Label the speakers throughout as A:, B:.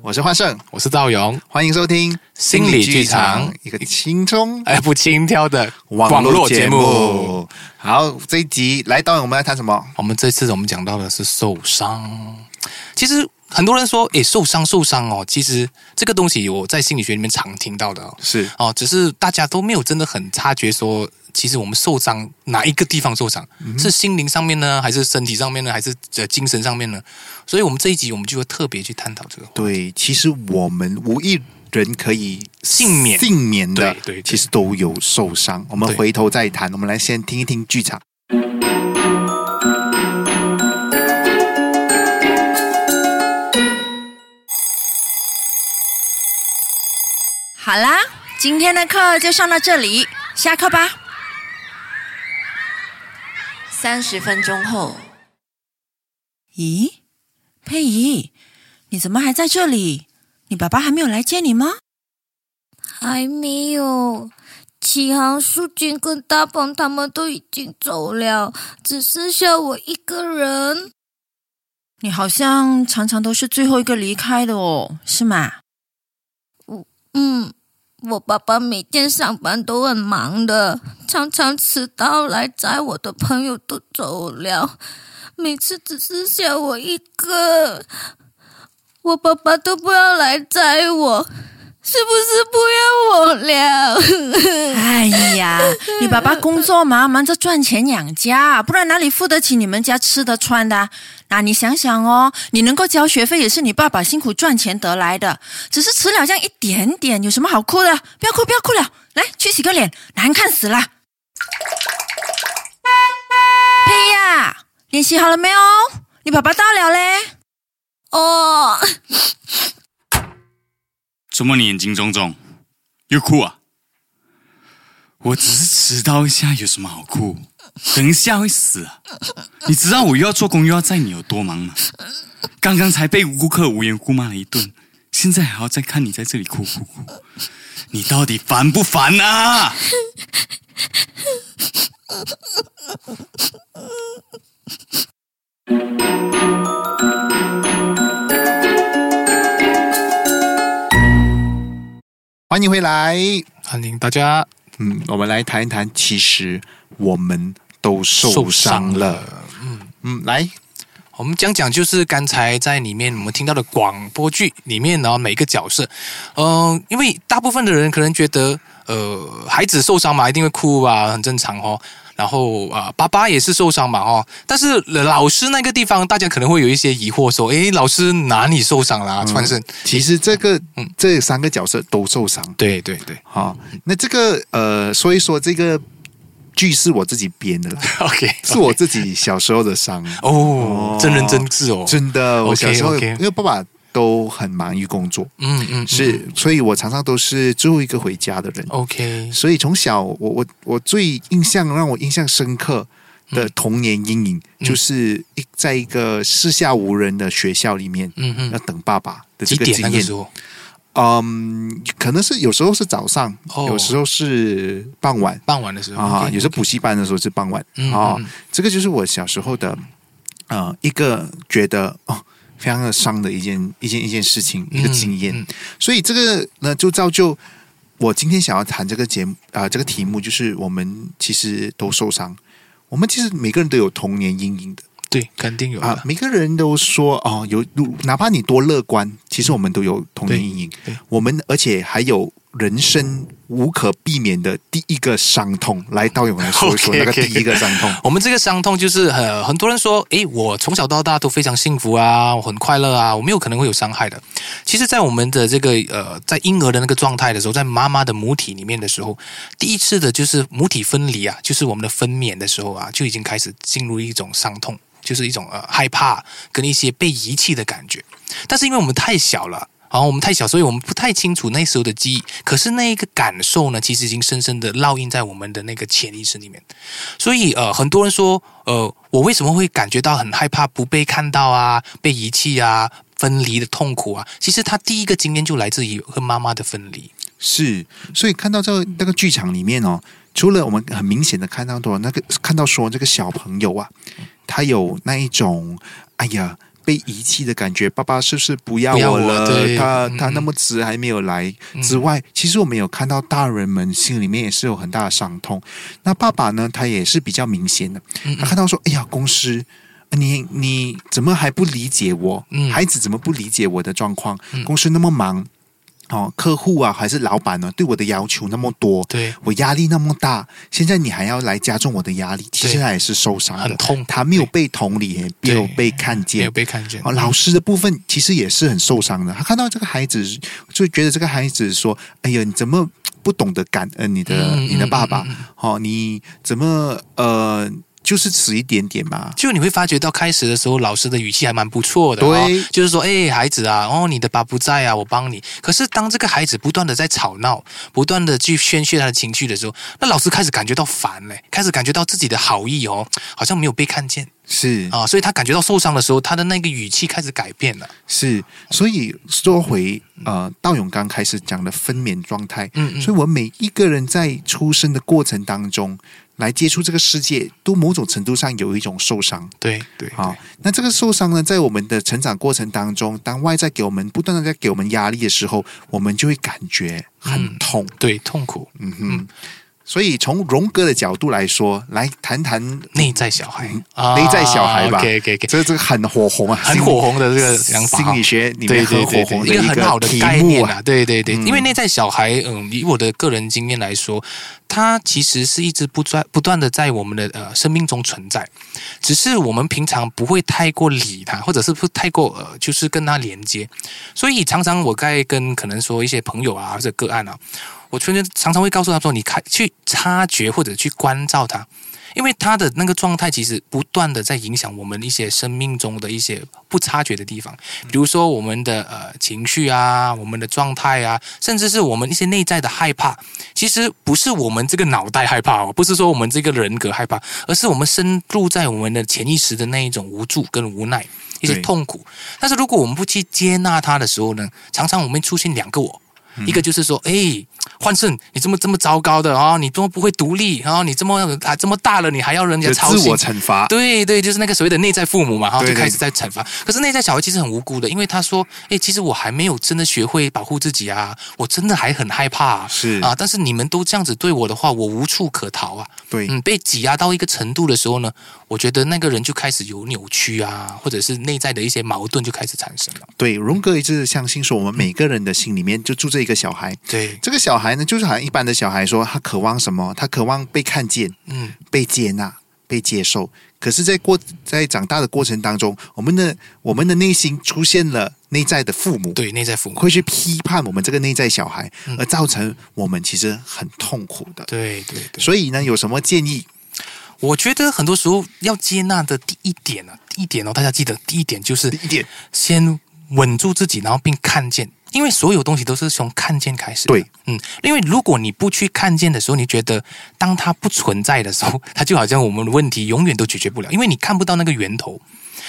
A: 我是焕胜，
B: 我是赵勇，
A: 欢迎收听
B: 心理剧场
A: 一个轻松哎
B: 哎，不轻佻的网络。
A: 好，这一集来导演，我们来谈什么？
B: 我们这次我们讲到的是受伤。其实很多人说，诶，受伤受伤哦，其实这个东西我在心理学里面常听到的哦
A: 是
B: 哦，只是大家都没有真的很察觉说，其实我们受伤哪一个地方受伤，是心灵上面呢，还是身体上面呢，还是呃精神上面呢？所以我们这一集我们就会特别去探讨这个话题。
A: 对，其实我们无一人可以
B: 幸免
A: 幸免的，
B: 对对对
A: 其实都有受伤。我们
B: 对
A: 回头再谈，我们来先听一听剧场。
C: 好啦，今天的课就上到这里，下课吧。三十分钟后，
D: 咦，佩仪，你怎么还在这里？你爸爸还没有来接你吗？
E: 还没有。启航、淑君跟大鹏他们都已经走了，只剩下我一个人。
D: 你好像常常都是最后一个离开的哦，是吗？
E: 嗯，我爸爸每天上班都很忙的，常常迟到来载我的朋友都走了，每次只剩下我一个。我爸爸都不要来载我，是不是不要我了？
D: 哎呀，你爸爸工作忙，忙着赚钱养家，不然哪里付得起你们家吃的穿的啊？那你想想哦，你能够交学费也是你爸爸辛苦赚钱得来的，只是迟了这样一点点，有什么好哭的？不要哭，不要哭了，来去洗个脸，难看死了。佩呀，练习好了没有？你爸爸到了嘞。
E: 哦，
F: 怎么你眼睛肿肿？又哭啊？我只是迟到一下，有什么好哭？等一下会死啊！你知道我又要做工又要载你有多忙吗？刚刚才被顾客无缘故骂了一顿，现在还要再看你在这里哭哭哭，你到底烦不烦啊？
A: 欢迎回来，
B: 欢迎大家
A: 嗯，我们来谈一谈，其实我们都受伤了。嗯，来，
B: 我们讲讲就是刚才在里面我们听到的广播剧里面呢，每个角色，嗯、因为大部分的人可能觉得，呃，孩子受伤嘛，一定会哭吧，很正常哦。然后啊、爸爸也是受伤嘛，哦，但是老师那个地方，大家可能会有一些疑惑，说，诶，老师哪里受伤
A: 嗯
B: 啦、川生，
A: 其实这个、
B: 嗯
A: 这三个角色都受伤。
B: 对对对
A: 好、那这个呃，所以说这个剧是我自己编的啦，
B: ，OK，
A: 是我自己小时候的伤。
B: 哦，真人真事哦，
A: 真的，我
B: OK，
A: 小时候
B: OK
A: 因为爸爸都很忙于工作，
B: 嗯嗯，哦
A: 是，所以我常常都是最后一个回家的人。
B: OK，
A: 所以从小，我我我最印象让我印象深刻的童年阴影，
B: 嗯
A: 就是一在一个四下无人的学校里面，
B: 嗯
A: 要
B: 嗯，
A: 等爸爸的
B: 几
A: 这个
B: 点
A: 经
B: 那个
A: 验
B: 时。候？
A: 嗯，可能是有时候是早上，
B: 哦
A: 有时候是傍晚
B: 傍晚的时候
A: 啊，
B: OK，
A: 有时候补习班的时候是傍晚
B: 嗯
A: 啊
B: 嗯嗯。
A: 这个就是我小时候的呃一个觉得哦非常的伤的一件一件一件事情一个
B: 嗯
A: 经验
B: 嗯，
A: 所以这个呢就造就我今天想要谈这个节目啊、这个题目就是我们其实都受伤，我们其实每个人都有童年阴影的
B: 对，肯定有
A: 啊
B: 的，，
A: 每个人都说哦有，哪怕你多乐观，其实我们都有童年阴影
B: 对对，
A: 我们而且还有。人生无可避免的第一个伤痛，来道勇来说一说
B: OK，OK
A: 那个第一个伤痛。
B: 我们这个伤痛就是呃很很多人说，诶，我从小到大都非常幸福啊，我很快乐啊，我没有可能会有伤害的。其实，在我们的这个呃，在婴儿的那个状态的时候，在妈妈的母体里面的时候，第一次的就是母体分离啊，就是我们的分娩的时候啊，就已经开始进入一种伤痛，就是一种呃害怕跟一些被遗弃的感觉。但是因为我们太小了。好像我们太小，所以我们不太清楚那时候的记忆。可是那一个感受呢，其实已经深深的烙印在我们的那个潜意识里面。所以呃，很多人说，呃，我为什么会感觉到很害怕不被看到啊，被遗弃啊，分离的痛苦啊？其实他第一个经验就来自于和妈妈的分离。
A: 是，所以看到这那个剧场里面哦，除了我们很明显的看到的那个看到说这个小朋友啊，他有那一种哎呀被遗弃的感觉，爸爸是不是不要
B: 不要
A: 我
B: 我
A: 了？
B: 对
A: 他
B: 嗯
A: 他
B: 嗯
A: 那么迟还没有来、之外，其实我们有看到大人们心里面也是有很大的伤痛。那爸爸呢，他也是比较明显的，
B: 嗯
A: 他看到说，哎呀，公司。你你怎么还不理解我？
B: 嗯
A: 孩子怎么不理解我的状况？公司那么忙，哦，客户啊还是老板呢、对我的要求那么多，
B: 对，
A: 我压力那么大，现在你还要来加重我的压力，其实
B: 对
A: 他也是受伤的，
B: 很痛苦
A: 他没有被同理，也没有
B: 对
A: 被看
B: 没有
A: 见。
B: 被看见。
A: 哦，老师的部分其实也是很受伤的。他看到这个孩子，就觉得这个孩子说：“哎呀，你怎么不懂得感恩你的、
B: 嗯
A: 你的爸爸
B: 嗯嗯？
A: 哦，你怎么呃，就是迟一点点嘛？
B: 就你会发觉到开始的时候，老师的语气还蛮不错的、哦，
A: 对
B: 就是说，哎，孩子啊，哦，你的爸不在啊，我帮你。可是当这个孩子不断的在吵闹，不断的去宣泄他的情绪的时候，那老师开始感觉到烦嘞，开始感觉到自己的好意哦，好像没有被看见
A: 是
B: 啊，所以他感觉到受伤的时候，他的那个语气开始改变了。
A: 是，所以说回呃，道勇刚开始讲的分娩状态，
B: 嗯嗯
A: 所以我们每一个人在出生的过程当中，来接触这个世界，都某种程度上有一种受伤。
B: 对对，
A: 好、那这个受伤呢，在我们的成长过程当中，当外在给我们不断的在给我们压力的时候，我们就会感觉很痛。
B: 嗯对痛苦，
A: 嗯哼，所以从荣格的角度来说，来谈谈
B: 内在小孩，啊
A: 内在小孩吧
B: OK OK OK，
A: 这这个很火红啊，
B: 很火红的这个想法哈
A: 心理学里
B: 对
A: 面
B: 对
A: 很
B: 对
A: 火
B: 对
A: 红，
B: 一
A: 一
B: 个很好的
A: 题
B: 概
A: 目
B: 念啊，对对对，因为内在小孩，嗯，以我的个人经验来说，他其实是一直不断不断的在我们的呃生命中存在，只是我们平常不会太过理他，或者是不太过呃，就是跟他连接，所以常常我在跟可能说一些朋友啊或者个案啊，我常常常常会告诉他说，你看去察觉或者去关照他。因为他的那个状态其实不断的在影响我们一些生命中的一些不察觉的地方，比如说我们的呃情绪啊，我们的状态啊，甚至是我们一些内在的害怕，其实不是我们这个脑袋害怕哦，不是说我们这个人格害怕，而是我们深入在我们的潜意识的那一种无助跟无奈，一些
A: 对
B: 痛苦。但是如果我们不去接纳它的时候呢，常常我们会出现两个我。一个就是说，哎，焕胜，你这么这么糟糕的啊、哦，你这么不会独立，然、后你这么啊这么大了，你还要人家
A: 就
B: 操
A: 自
B: 心
A: 我，惩罚。
B: 对对，就是那个所谓的内在父母嘛，然后就
A: 对对
B: 开始在惩罚。可是内在小孩其实很无辜的，因为他说：“哎，其实我还没有真的学会保护自己啊，我真的还很害怕啊。
A: 是
B: 啊，但是你们都这样子对我的话，我无处可逃啊。”
A: 对
B: 嗯，被挤压到一个程度的时候呢，我觉得那个人就开始有扭曲啊，或者是内在的一些矛盾就开始产生了。
A: 对，荣格一直相信说，我们每个人的心里面就住着一个小孩。
B: 对，
A: 这个小孩呢，就是好像一般的小孩说，他渴望什么？他渴望被看见、
B: 嗯，
A: 被接纳、被接受。可是，在过在长大的过程当中，我们的我们的内心出现了内在的父母，
B: 对，嗯内在父母，
A: 会去批判我们这个内在小孩，而造成我们其实很痛苦的。
B: 对对对。
A: 所以呢，有什么建议？
B: 我觉得很多时候要接纳的第一点呢、啊，第一点哦，大家记得第一点就是
A: 第一点，
B: 先稳住自己，然后并看见，因为所有东西都是从看见开始。
A: 对，
B: 嗯，因为如果你不去看见的时候，你觉得当它不存在的时候，它就好像我们的问题永远都解决不了，因为你看不到那个源头。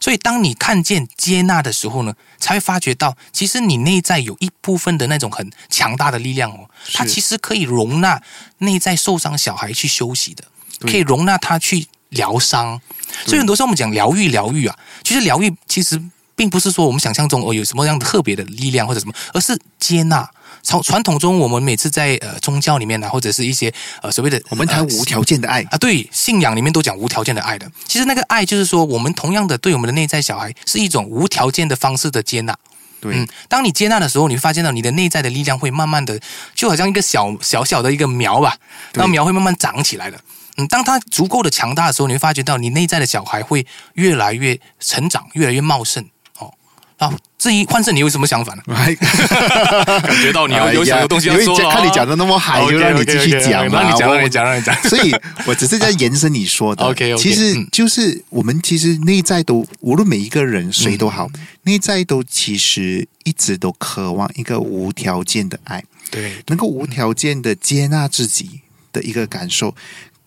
B: 所以，当你看见、接纳的时候呢，才会发觉到，其实你内在有一部分的那种很强大的力量哦，它其实可以容纳内在受伤小孩去休息的，
A: 对
B: 可以容纳他去疗伤。所以很多时候我们讲疗愈，疗愈啊，其实疗愈其实并不是说我们想象中哦有什么样的特别的力量或者什么，而是接纳。传传统中，我们每次在呃宗教里面啊，或者是一些呃所谓的
A: 我们
B: 呃
A: 谈无条件的爱。
B: 啊，对，信仰里面都讲无条件的爱的。其实那个爱就是说，我们同样的对我们的内在小孩是一种无条件的方式的接纳。
A: 对，
B: 嗯， 当你接纳的时候，你会发现到你的内在的力量会慢慢的，就好像一个小小小的一个苗吧，
A: 对
B: 那苗会慢慢长起来的。嗯，当它足够的强大的时候，你会发觉到你内在的小孩会越来越成长，越来越茂盛。哦，啊，至于换成你有什么 想法呢？
A: 哎
B: 感觉哦到你要有想有东西要说
A: 因
B: 了
A: 为
B: 啊
A: 哎看你讲的那么 嗨，就让你继续讲嘛。
B: 让你讲，
A: 我
B: 让你讲，让你讲。
A: 所以我只是在延伸你说的。
B: OK，OK，
A: 其实
B: 嗯
A: 就是我们其实内在都，无论每一个人谁都
B: 嗯
A: 好，内在都其实一直都渴望一个无条件的爱，
B: 对，
A: 能够无条件的接纳自己的一个感受。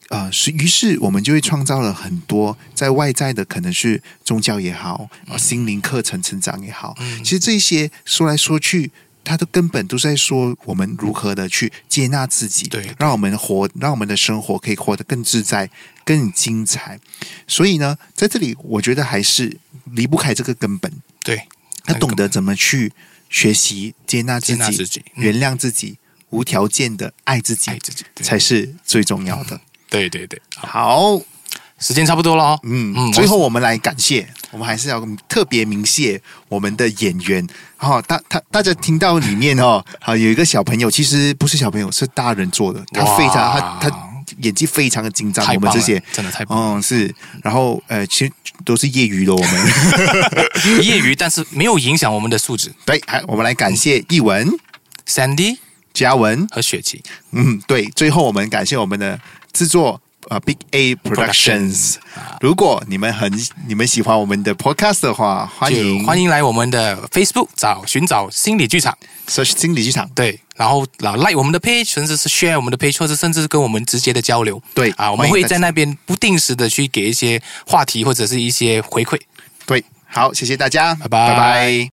A: 呃，是，于是我们就会创造了很多在外在的，可能是宗教也好，
B: 嗯
A: 呃心灵课程成长也好，其实这些说来说去，它的根本都是在说我们如何的去接纳自己，
B: 对
A: 让我们活，让我们的生活可以活得更自在、更精彩。所以呢，在这里，我觉得还是离不开这个根本，
B: 对，
A: 要懂得怎么去学习接纳自
B: 哎接纳
A: 己，
B: 自己嗯
A: 原谅自己，无条件的爱自己，
B: 爱自己对
A: 才是最重要的。
B: 对对对，好
A: 好，
B: 时间差不多了哦。
A: 嗯嗯，最后我们来感谢，我们还是要特别鸣谢我们的演员。哈、哦，大大大家听到里面哦，啊，有一个小朋友，其实不是小朋友，是大人做的，他
B: 哇
A: 非常他他演技非常的紧张，
B: 太
A: 我
B: 棒
A: 们
B: 了
A: 这些
B: 真的太棒
A: 嗯是，然后呃，其实都是业余的我们。
B: 我业余，但是没有影响我们的素质。
A: 对，还我们来感谢译文、
B: Sandy
A: 嘉文，
B: 和雪琪，
A: 嗯，对，最后我们感谢我们的制作呃 Big A Productions。如果你们很你们喜欢我们的 podcast 的话，欢迎
B: 就欢迎来我们的 Facebook 找寻找心理剧场。
A: search 心理剧场。
B: 对，然后啊，like 我们的 page，甚至是 share 我们的 page，或者甚至是跟我们直接的交流。
A: 对
B: 啊，我
A: 欢
B: 们
A: 迎
B: 会
A: 大家
B: 在那边不定时的去给一些话题或者是一些回馈。
A: 对，好，谢谢大家，
B: 拜
A: 拜拜